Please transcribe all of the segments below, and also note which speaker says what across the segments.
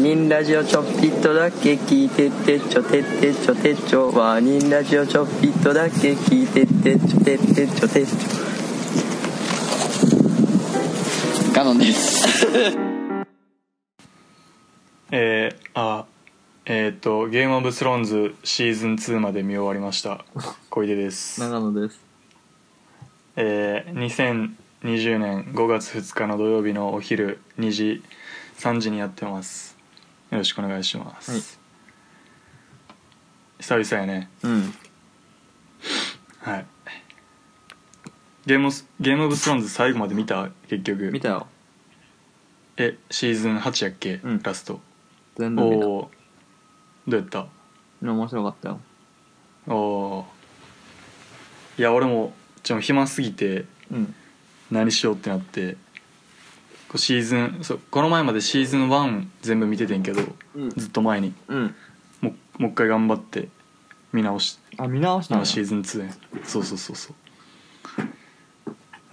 Speaker 1: ニンラジオちょっぴっとだけ聞いてってちょてってちょてちょワニンラジオちょっぴっとだけ聞いてってちょてってちょてちょ
Speaker 2: ガノンです
Speaker 3: えー、あえっ、と「ゲームオブスローンズ」シーズン2まで見終わりました小出です
Speaker 1: 長野です
Speaker 3: えー、2020年5月2日の土曜日のお昼2時3時にやってますよろしくお願いします、
Speaker 1: はい
Speaker 3: 久々やね
Speaker 1: うん
Speaker 3: はいゲームオスゲームオブスローンズ最後まで見た結局
Speaker 1: 見たよ
Speaker 3: えシーズン8やっけ、
Speaker 1: うん
Speaker 3: ラスト
Speaker 1: 全
Speaker 3: お
Speaker 1: 部見た
Speaker 3: おーどうやった
Speaker 1: でも面白かったよ
Speaker 3: おおーいや俺もちょっと暇すぎて
Speaker 1: うん
Speaker 3: 何しようってなってこうシーズンそうこの前までシーズン1全部見ててんけど
Speaker 1: うん
Speaker 3: ずっと前に
Speaker 1: うん
Speaker 3: もうもう一回頑張って見直し
Speaker 1: あ見直した
Speaker 3: あ
Speaker 1: の
Speaker 3: のシーズン2へそうそうそうそう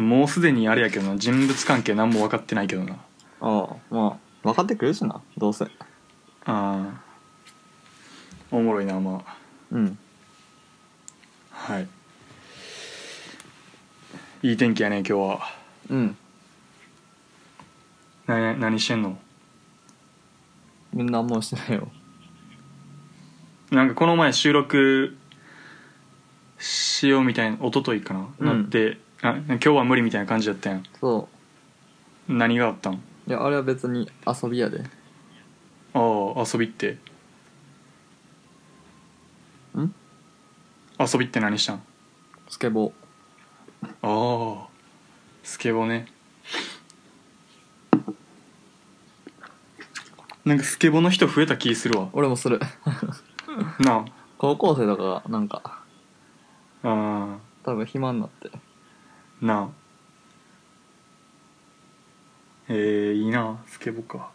Speaker 3: もうすでにあれやけどな人物関係何も分かってないけどな
Speaker 1: ああまあ分かってくれるしなどうせ
Speaker 3: あーおもろいなまあ
Speaker 1: うん
Speaker 3: はいいい天気やね今日は
Speaker 1: うん
Speaker 3: な何してんの
Speaker 1: みんなもうしてないよ
Speaker 3: なんかこの前収録しようみたいな一昨日かな、
Speaker 1: うん
Speaker 3: なってあ今日は無理みたいな感じだったやん
Speaker 1: そ
Speaker 3: 何があったん
Speaker 1: ういやあれは別に遊びやで
Speaker 3: ああ遊びって
Speaker 1: ん
Speaker 3: 遊びって何したん
Speaker 1: スケボー
Speaker 3: ああスケボーねなんかスケボーの人増えた気するわ
Speaker 1: 俺もする
Speaker 3: な
Speaker 1: 高校生とかがなんか
Speaker 3: ああ
Speaker 1: 多分暇になって
Speaker 3: ーなあえー、いいなスケボーか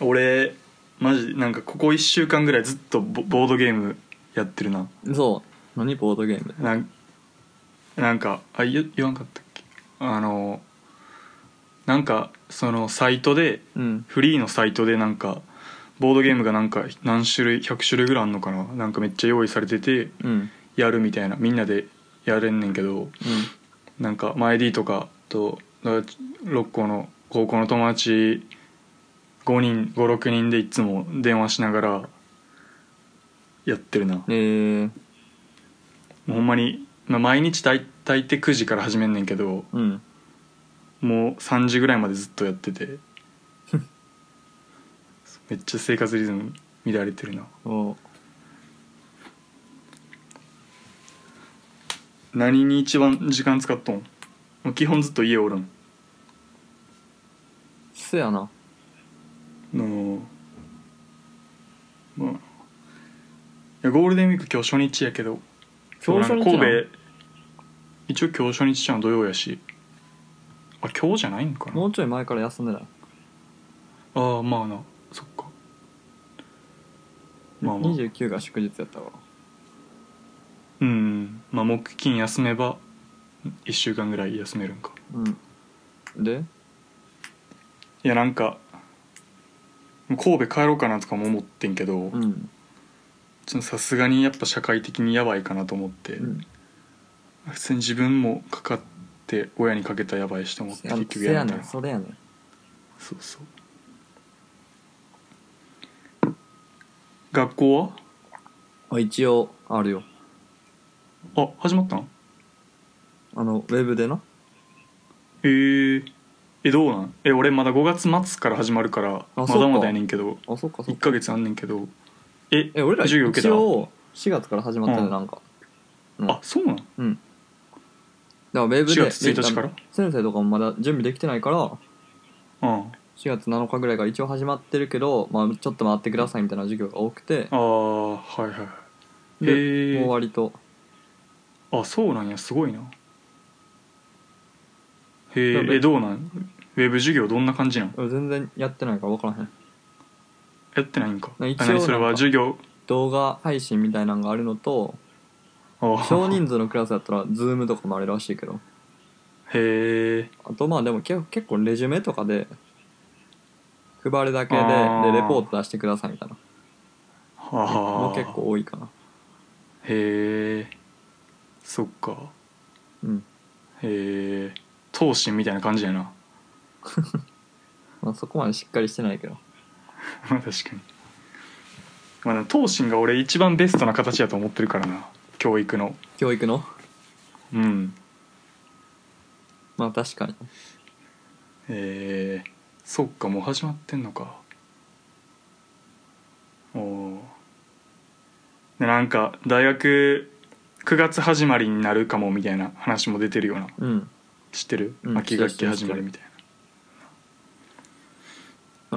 Speaker 3: 俺マジなんかここ1週間ぐらいずっとボボードゲームやってるな
Speaker 1: そう何ボードゲーム
Speaker 3: なんなんかあ言言わんかったっけあのなんかそのサイトで
Speaker 1: うん
Speaker 3: フリーのサイトでなんかボードゲームがなんか何種類100種類ぐらいあんのかななんかめっちゃ用意されてて
Speaker 1: うん
Speaker 3: やるみたいなみんなでやれんねんけどなんか前 D とかと6校の高校の友達5人56人でいつも電話しながらやってるな
Speaker 1: うんえー、
Speaker 3: もうほんまに、まあ、毎日大大抵9時から始めんねんけど
Speaker 1: うん
Speaker 3: もう3時ぐらいまでずっとやっ ててめっちゃ生活リズム乱れてるな
Speaker 1: おう
Speaker 3: 何に一番時間使っとんもう基本ずっと家おるん
Speaker 1: せやな
Speaker 3: のまあいやゴールデンウィーク今日初日やけど
Speaker 1: 今日初日な
Speaker 3: 神
Speaker 1: の
Speaker 3: 戸一応今日初日じゃん土曜やしあ今日じゃないんかな
Speaker 1: もうちょい前から休んでない
Speaker 3: ああまあなそっかまあまあ
Speaker 1: 29が祝日やったわ
Speaker 3: うんまあ木金休めば1週間ぐらい休めるんか
Speaker 1: うんで
Speaker 3: いやなんかもう神戸帰ろうかなとかも思ってんけど、
Speaker 1: うん
Speaker 3: ちょっとさすがにやっぱ社会的にやばいかなと思って、
Speaker 1: うん
Speaker 3: 普通に自分もかかって親にかけたらやばいしと思って
Speaker 1: あ
Speaker 3: 結
Speaker 1: せ
Speaker 3: 局や
Speaker 1: や
Speaker 3: めた
Speaker 1: ね
Speaker 3: なん
Speaker 1: それやねん
Speaker 3: そうそう学校は
Speaker 1: あ一応あるよ
Speaker 3: あ始まったん
Speaker 1: あのウェブでな
Speaker 3: えー、えどうなんえ俺まだ5月末から始まるから
Speaker 1: あ
Speaker 3: ま
Speaker 1: そっか
Speaker 3: だまだやねんけど
Speaker 1: あそっかそっ
Speaker 3: 1
Speaker 1: か
Speaker 3: ヶ月あんねんけどえ
Speaker 1: え俺ら
Speaker 3: 授業受け
Speaker 1: 一
Speaker 3: た
Speaker 1: 応4月から始まったよ
Speaker 3: うん
Speaker 1: なんか
Speaker 3: あそうなん
Speaker 1: うんだからウェブで
Speaker 3: 4月1日から
Speaker 1: 先生とかもまだ準備できてないから
Speaker 3: うん
Speaker 1: 4月7日ぐらいから一応始まってるけど、まあ、ちょっと待ってくださいみたいな授業が多くて
Speaker 3: ああはいはい
Speaker 1: で
Speaker 3: へえ
Speaker 1: もう割と
Speaker 3: あそうなんやすごいなへ
Speaker 1: なんで
Speaker 3: ええどうなんウェブ授業どんな感じなん
Speaker 1: 俺全然やってないから分からへん
Speaker 3: やってないんか
Speaker 1: な一応
Speaker 3: あ何それ
Speaker 1: なん
Speaker 3: は
Speaker 1: か
Speaker 3: 授業
Speaker 1: 動画配信みたいなのがあるのと
Speaker 3: あ
Speaker 1: 少人数のクラスだったら Zoom とかもあるらしいけど
Speaker 3: へえ
Speaker 1: あとまあでも結構結構レジュメとかで
Speaker 4: 配るだけで
Speaker 3: あー
Speaker 4: でレポート出してくださいみたいな
Speaker 3: は
Speaker 4: も
Speaker 3: あ
Speaker 4: う結構多いかな
Speaker 3: へえそっか
Speaker 4: うん
Speaker 3: へえ闘志みたいな感じやな
Speaker 4: まあそこまでしっかりしてないけど
Speaker 3: 確かにまあでも闘志が俺一番ベストな形やと思ってるからな教育の
Speaker 4: 教育の
Speaker 3: うん
Speaker 4: まあ確かに
Speaker 3: えー、そっかもう始まってんのかおーでなんか大学9月始まりになるかもみたいな話も出てるような
Speaker 4: うん
Speaker 3: 知ってる、
Speaker 4: うん
Speaker 3: 秋学期始まりみたい
Speaker 4: 知って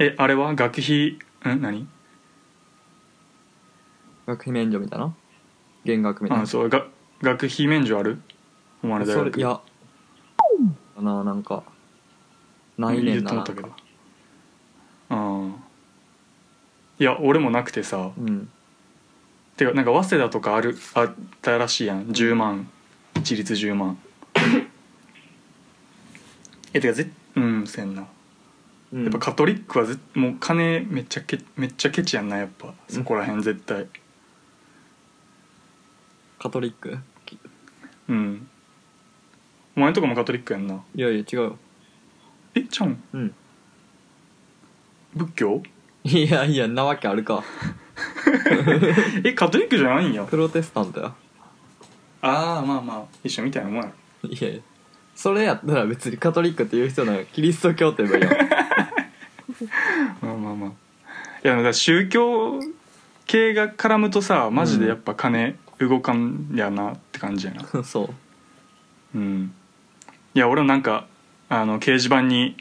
Speaker 3: な
Speaker 4: る
Speaker 3: えあれは学費ん何
Speaker 4: 学費免除みたいな減額みたい
Speaker 3: あ
Speaker 4: な
Speaker 3: そうが学費免除あるお前の大
Speaker 4: それ
Speaker 3: 学
Speaker 4: いやかななんかないね
Speaker 3: 言
Speaker 4: ん
Speaker 3: う
Speaker 4: な
Speaker 3: と思
Speaker 4: なんか
Speaker 3: ったけどああいや俺もなくてさ、
Speaker 4: うん
Speaker 3: てかなんか早稲田とかあるあったらしいやん10万一律10万えてかぜうんせんな
Speaker 4: うん
Speaker 3: やっぱカトリックはぜもう金めっちゃけめっちゃケチやんなやっぱそこら辺絶対
Speaker 4: カトリック
Speaker 3: うんお前んとこもカトリックやんない
Speaker 4: やいや違うよ
Speaker 3: えちゃうん
Speaker 4: うん
Speaker 3: 仏教
Speaker 4: いやいやんなわけある か
Speaker 3: えカトリックじゃないんや
Speaker 4: プロテスタントや
Speaker 3: ああまあまあ一緒みたいなもんやろ
Speaker 4: いやいやそれやったら別にカトリックって言う人ならキリスト教って言えばいいやん
Speaker 3: まあまあまあいやだから宗教系が絡むとさマジでやっぱ金動かんやなって感じやな
Speaker 4: そう
Speaker 3: うんいや俺もなんかあの掲示板に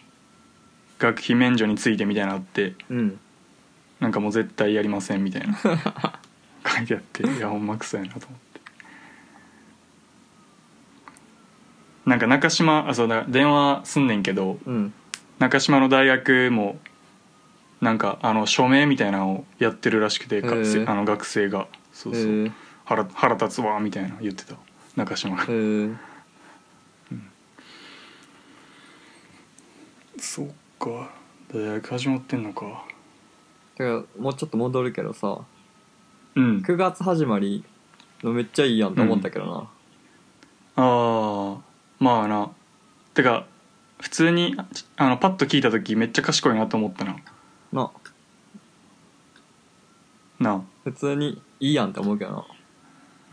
Speaker 3: 学費免除についてみたいなのあって
Speaker 4: うん
Speaker 3: なんかもう絶対やりませんみたいな書いてあっていやほんまくそやなと思ってなんか中島あそうだ電話すんねんけど
Speaker 4: うん
Speaker 3: 中島の大学もなんかあの署名みたいなのをやってるらしくて、か
Speaker 4: へー
Speaker 3: あの学生がそ
Speaker 4: え
Speaker 3: うそう、
Speaker 4: ー、
Speaker 3: 腹腹立つわみたいな言ってた中島が
Speaker 4: えー、
Speaker 3: そっか大学始まってんのか
Speaker 4: だからもうちょっと戻るけどさ
Speaker 3: うん
Speaker 4: 9月始まりのめっちゃいいやんと思ったけどな、
Speaker 3: ああまあなてか普通にあのパッと聞いた時めっちゃ賢いなと思ったな
Speaker 4: な
Speaker 3: な
Speaker 4: 普通にいいやんって思うけどな、
Speaker 3: あ、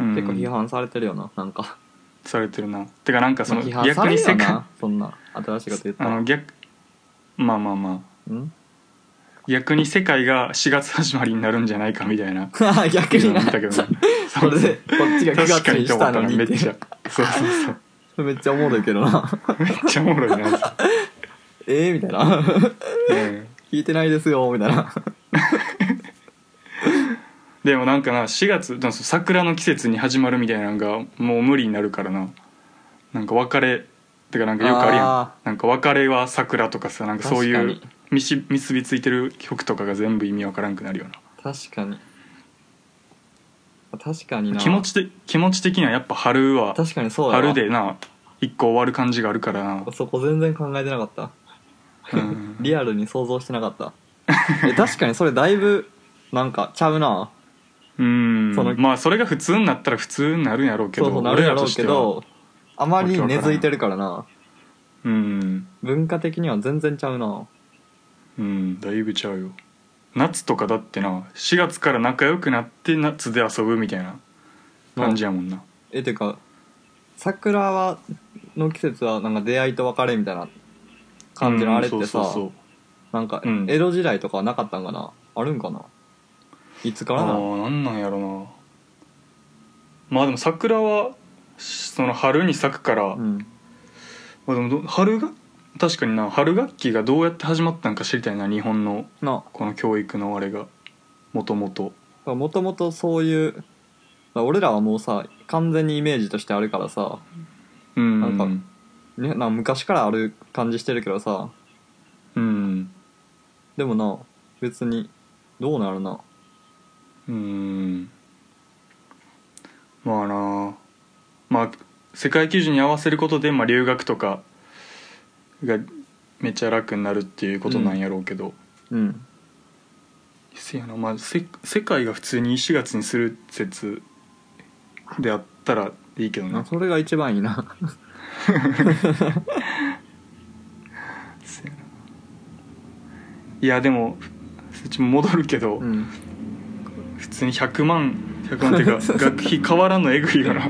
Speaker 3: うん、
Speaker 4: 結構批判されてるよななんか
Speaker 3: されてるなてかなんかその
Speaker 4: まあ批判さ
Speaker 3: 逆
Speaker 4: れ
Speaker 3: に
Speaker 4: るよ
Speaker 3: 世界
Speaker 4: なそんな新しいこと言った
Speaker 3: あ
Speaker 4: ら
Speaker 3: の逆まあまあまあ
Speaker 4: うん
Speaker 3: 逆に世界が4月始まりになるんじゃないかみたいな
Speaker 4: 逆にな
Speaker 3: 見たけどね
Speaker 4: それでこっちが9
Speaker 3: 確
Speaker 4: 月
Speaker 3: かに
Speaker 4: に
Speaker 3: と
Speaker 4: し
Speaker 3: 思
Speaker 4: た
Speaker 3: った
Speaker 4: の
Speaker 3: ら
Speaker 4: に
Speaker 3: め
Speaker 4: っ
Speaker 3: ってちゃそうそうそう
Speaker 4: めっちゃおもろいけどな
Speaker 3: めっちゃおもろいな、
Speaker 4: ええみたいな
Speaker 3: うん
Speaker 4: 聞いてないですよみたいな
Speaker 3: でもなんかな4月だからその桜の季節に始まるみたいなのがもう無理になるからななんか別れてかなんかよくあるやん
Speaker 4: あ
Speaker 3: なんか別れは桜とかさなんかそうい
Speaker 4: 確
Speaker 3: う
Speaker 4: か
Speaker 3: 結び結びついてる曲とかが全部意味わからんくなるよう
Speaker 4: 確かに確かに
Speaker 3: な
Speaker 4: な
Speaker 3: 気持ちで気持ち的にはやっぱ春は
Speaker 4: 確かにそうやわ
Speaker 3: 春でな一個終わる感じがあるからな、
Speaker 4: そこ全然考えてなかった
Speaker 3: うん、
Speaker 4: リアルに想像してなかった え確かにそれだいぶなんかちゃうな
Speaker 3: うん
Speaker 4: その
Speaker 3: まあそれが普通になったら普通になるんやろうけど
Speaker 4: そうそうなるやろうけ
Speaker 3: 俺らと
Speaker 4: どあまり根付いてるからな
Speaker 3: してはうん
Speaker 4: 文化的には全然ちゃうな
Speaker 3: うんだいぶちゃうよ夏とかだってな4月から仲良くなって夏で遊ぶみたいな感じやもんな
Speaker 4: えてか桜はの季節はなんか出会いと別れみたいな感じのあれって
Speaker 3: う
Speaker 4: さ
Speaker 3: んそうそうそう
Speaker 4: なんか
Speaker 3: うん
Speaker 4: 江戸時代とかはなかったんかなあるんかないつか
Speaker 3: あ
Speaker 4: ら
Speaker 3: あ
Speaker 4: な
Speaker 3: ーなんなんやろなまあでも桜はその春に咲くから、
Speaker 4: うん
Speaker 3: まあ、でもど春が確かにな春学期がどうやって始まったんか知りたいな日本の
Speaker 4: な
Speaker 3: この教育のあれがもともと
Speaker 4: もともとそういうだから俺らはもうさ完全にイメージとしてあるからさ、
Speaker 3: うん
Speaker 4: なんかね、なんか昔からある感じしてるけどさ
Speaker 3: うん
Speaker 4: でもな別にどうなるな
Speaker 3: うんまあなまあ世界基準に合わせることで、まあ、留学とかがめっちゃ楽になるっていうことなんやろうけど、
Speaker 4: うん
Speaker 3: せやなまあせ世界が普通に4月にする説であったらいいけど
Speaker 4: あ
Speaker 3: な
Speaker 4: それが一番いい な
Speaker 3: せやないやでもそっち戻るけど、
Speaker 4: うん
Speaker 3: 普通に100万100万っていう か学費変わらんのえぐい から
Speaker 4: あ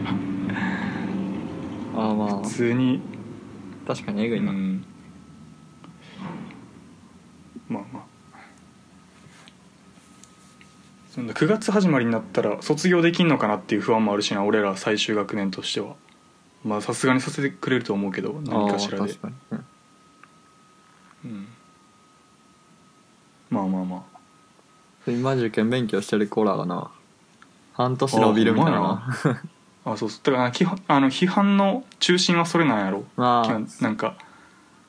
Speaker 4: あまあ
Speaker 3: 普通に
Speaker 4: 確かにえぐ
Speaker 3: う
Speaker 4: いな、
Speaker 3: んまあまあそんな9月始まりになったら卒業できんのかなっていう不安もあるしな俺ら最終学年としてはまあさすがにさせてくれると思うけど何かしら
Speaker 4: ああ
Speaker 3: で
Speaker 4: 確かに、うん
Speaker 3: うんまあまあまあ
Speaker 4: で今受験勉強してる子らがな半年伸びるみたい
Speaker 3: あほん
Speaker 4: な
Speaker 3: あそうそうだから基本あの批判の中心はそれなんやろ
Speaker 4: あ
Speaker 3: きゃなんか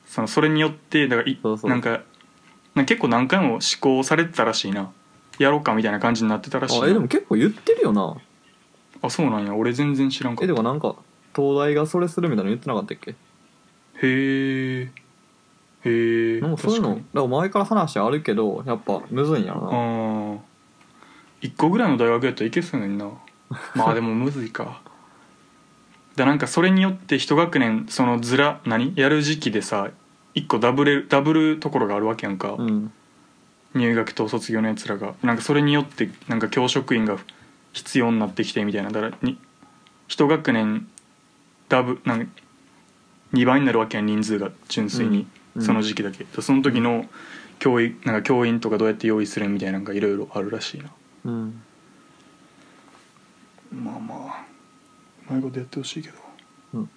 Speaker 3: そのそれによってだからい
Speaker 4: そうそう
Speaker 3: なんかなんか結構何回も試行されてたらしいなやろうかみたいな感じになってたらしい
Speaker 4: あ
Speaker 3: な
Speaker 4: えでも結構言ってるよな
Speaker 3: あそうなんや俺全然知らんか
Speaker 4: え
Speaker 3: っ
Speaker 4: で
Speaker 3: た
Speaker 4: もなんか東大がそれするみたいなの言ってなかったっけ
Speaker 3: へえへえ
Speaker 4: なんかそういうのだから前から話あるけどやっぱむずいんやろな
Speaker 3: ああ1個ぐらいの大学やったらいけそうやのに なまあでもむずいかだなんかそれによって一学年そのずら何やる時期でさ1個ダブれるダブるところがあるわけやんか、
Speaker 4: うん
Speaker 3: 入学と卒業のやつらがなんかそれによってなんか教職員が必要になってきてみたいなだからに一学年ダブなんか2倍になるわけやん人数が純粋に、
Speaker 4: うん
Speaker 3: その時期だけその時の教員なんか教員とかどうやって用意するみたいなのがいろいろあるらしいな
Speaker 4: うん
Speaker 3: まあまあうまいことやってほしいけど
Speaker 4: うん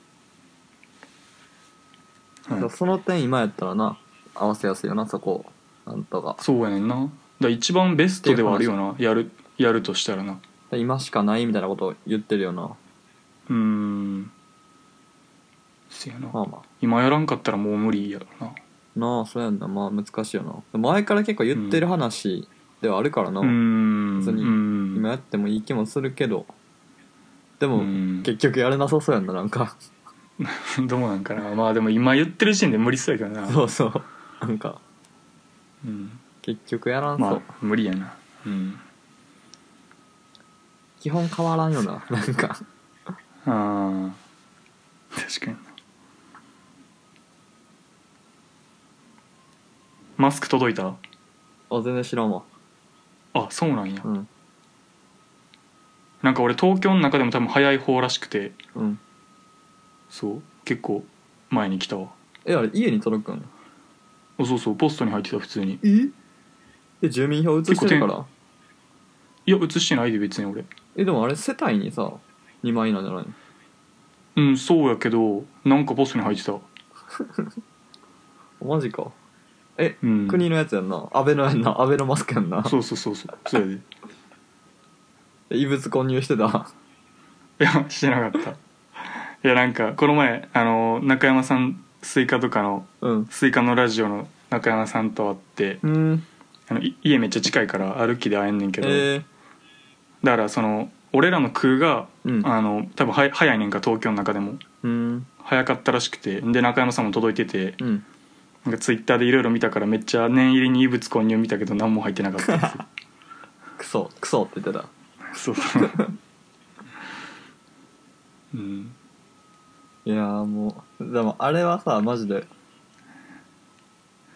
Speaker 4: だから
Speaker 3: はい、
Speaker 4: その点今やったらな合わせやすいよなそこなんとか
Speaker 3: そうやねんなだから一番ベストではあるよなやるやるとしたらな
Speaker 4: で今しかないみたいなことを言ってるよな
Speaker 3: うーんせやな
Speaker 4: まあま
Speaker 3: 今やらんかったらもう無理やろな
Speaker 4: あなあそうやんなまあ難しいよなでも前から結構言ってる話ではあるからな、
Speaker 3: うーん
Speaker 4: 別に
Speaker 3: うん
Speaker 4: 今やってもいい気もするけどでも、
Speaker 3: うん
Speaker 4: 結局やれなさそうやんななんか
Speaker 3: どうなんかなまあでも今言ってる時点で無理そうやけどな
Speaker 4: そうそうなんか
Speaker 3: うん、
Speaker 4: 結局やらんそう、
Speaker 3: まあ無理やなうん
Speaker 4: 基本変わらんよな なんか
Speaker 3: ああ確かになマスク届いた
Speaker 4: あ全然知らんわ
Speaker 3: あそうなんや、
Speaker 4: うん
Speaker 3: なんか俺東京の中でも多分早い方らしくて
Speaker 4: うん
Speaker 3: そう結構前に来たわ
Speaker 4: えあれ家に届くん
Speaker 3: あそうそうポストに入ってた普通に
Speaker 4: ええ住民票移してるか
Speaker 3: 結
Speaker 4: ら
Speaker 3: いや映してないで別に俺
Speaker 4: えでもあれ世帯にさ2枚なんじゃないの
Speaker 3: うんそうやけどなんかポストに入ってた
Speaker 4: マジかえ、
Speaker 3: うん
Speaker 4: 国のやつやんな安倍のやんな安倍のマスクやんな
Speaker 3: そうそうそうそうそうやで い
Speaker 4: え異物混入してた
Speaker 3: やしてなかったいやなんかこの前あの中山さんスイカとかの
Speaker 4: うん
Speaker 3: スイカのラジオの中山さんと会って
Speaker 4: うん
Speaker 3: あのい家めっちゃ近いから歩きで会えんねんけど、
Speaker 4: えー、
Speaker 3: だからその俺らの空が、
Speaker 4: うん
Speaker 3: あの多分は早いねんか東京の中でも
Speaker 4: うん
Speaker 3: 早かったらしくてで中山さんも届いてて
Speaker 4: うん
Speaker 3: なんかツイッターでいろいろ見たからめっちゃ念入りに異物混入見たけど何も入ってなかったです
Speaker 4: クソクソって言ってた
Speaker 3: そう うん
Speaker 4: いやーもうでもあれはさマジで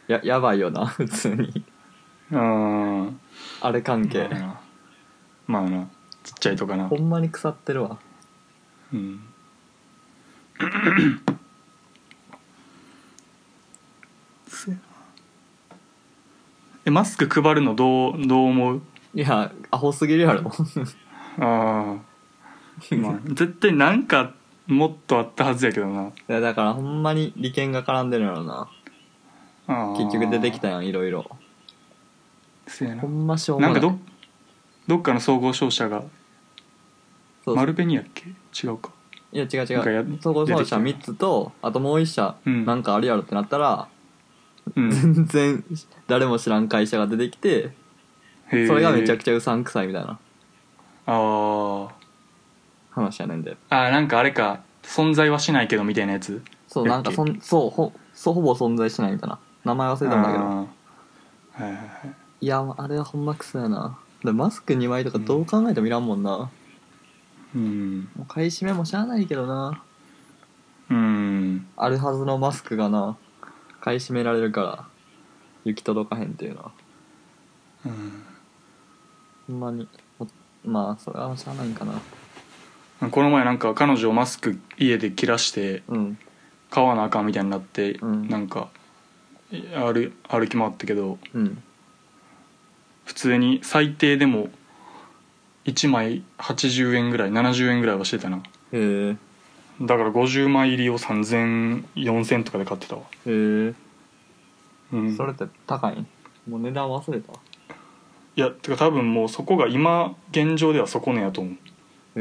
Speaker 4: ややばいよな 普通に
Speaker 3: ああ
Speaker 4: あれ関係
Speaker 3: まあなちっちゃいとかな
Speaker 4: ほんまに腐ってるわ
Speaker 3: うん せやなえマスク配るのどうどう思う
Speaker 4: いやアホすぎるや ろ
Speaker 3: あ あ、まあ、絶対なんかもっとあったはずやけどない
Speaker 4: やだからほんまに利権が絡んでるやろな
Speaker 3: ああ
Speaker 4: 結局出てきたやんいろいろ
Speaker 3: せやな
Speaker 4: ほんましょうもな
Speaker 3: な
Speaker 4: んい
Speaker 3: かどどっかの総合商社が
Speaker 4: そう
Speaker 3: 丸紅やっけ違うか
Speaker 4: いや違う違
Speaker 3: なんかや
Speaker 4: う総合商社
Speaker 3: 出て
Speaker 4: 3つとあともう1社
Speaker 3: うん
Speaker 4: なんかあるやろってなったら、
Speaker 3: うん
Speaker 4: 全然誰も知らん会社が出てきて
Speaker 3: そ
Speaker 4: それがめちゃ
Speaker 3: ち
Speaker 4: くちゃうさんくさいみたいな
Speaker 3: ゃあ
Speaker 4: 話やねんで
Speaker 3: ああーなんかあれか存在はしないけどみたいなやつ
Speaker 4: そうなんかそんそうほそうほぼ存在しないみたいな名前忘れたんだけど
Speaker 3: あーはいはいはい
Speaker 4: いやあれはほんまクソやなでマスク2枚とかどう考えてもいらんもんな、も
Speaker 3: うん
Speaker 4: う買い占めもしゃあないけどな
Speaker 3: うん
Speaker 4: あるはずのマスクがな買い占められるから行き届かへんっていうのは
Speaker 3: うん
Speaker 4: ほんまにほまあそれはしゃあないんかな
Speaker 3: この前なんか彼女をマスク家で切らして
Speaker 4: うん
Speaker 3: 買わなあかんみたいになって、
Speaker 4: うん
Speaker 3: なんかい歩歩き回ったけど
Speaker 4: うん
Speaker 3: 普通に最低でも1枚80円ぐらい70円ぐらいはしてたな
Speaker 4: へえ
Speaker 3: だから50枚入りを30004000とかで買ってたわ、
Speaker 4: へえ
Speaker 3: うん、
Speaker 4: それって高いんもう値段忘れた
Speaker 3: いやてか多分もうそこが今現状ではそこねやと思う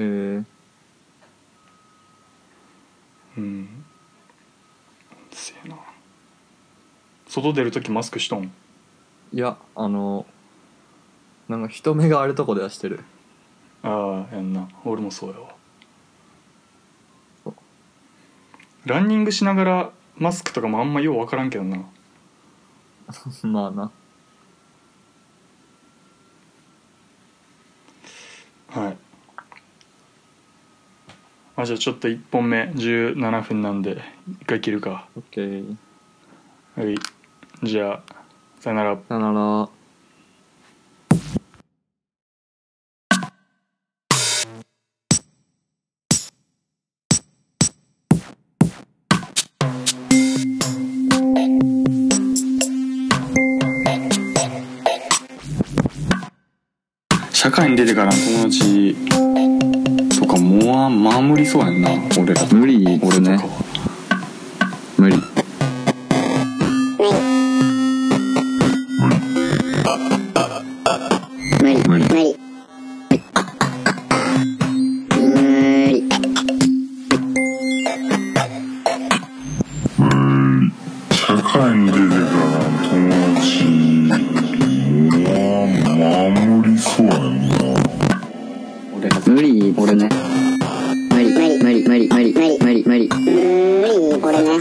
Speaker 4: へえ
Speaker 3: うんせやな外出る時マスクしとん
Speaker 4: いやあのなんか人目があるとこではしてる
Speaker 3: ああやんな俺もそうやわ
Speaker 4: そう
Speaker 3: ランニングしながらマスクとかもあんまよう分からんけどな
Speaker 4: まあな
Speaker 3: はいあじゃあちょっと1本目17分なんで一回切るか
Speaker 4: オッケー
Speaker 3: はいじゃあさよなら
Speaker 4: さよなら
Speaker 2: 社会に出てからの友達とかもうまあ無理そうやんな俺ら
Speaker 5: 無理っすね無理
Speaker 6: 無理無理無理無理
Speaker 7: 社会に出てから友達もう守りそうやんな
Speaker 2: 俺ら
Speaker 5: 無理っすね
Speaker 6: 無理無理無理無理無理無理無理無理これね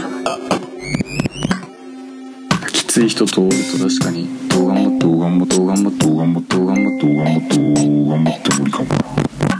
Speaker 2: きつい人とおると確かに
Speaker 7: どう頑張ってどう頑張ってどう頑張ってどう頑張ってどう頑張ってどう頑張って無理かもな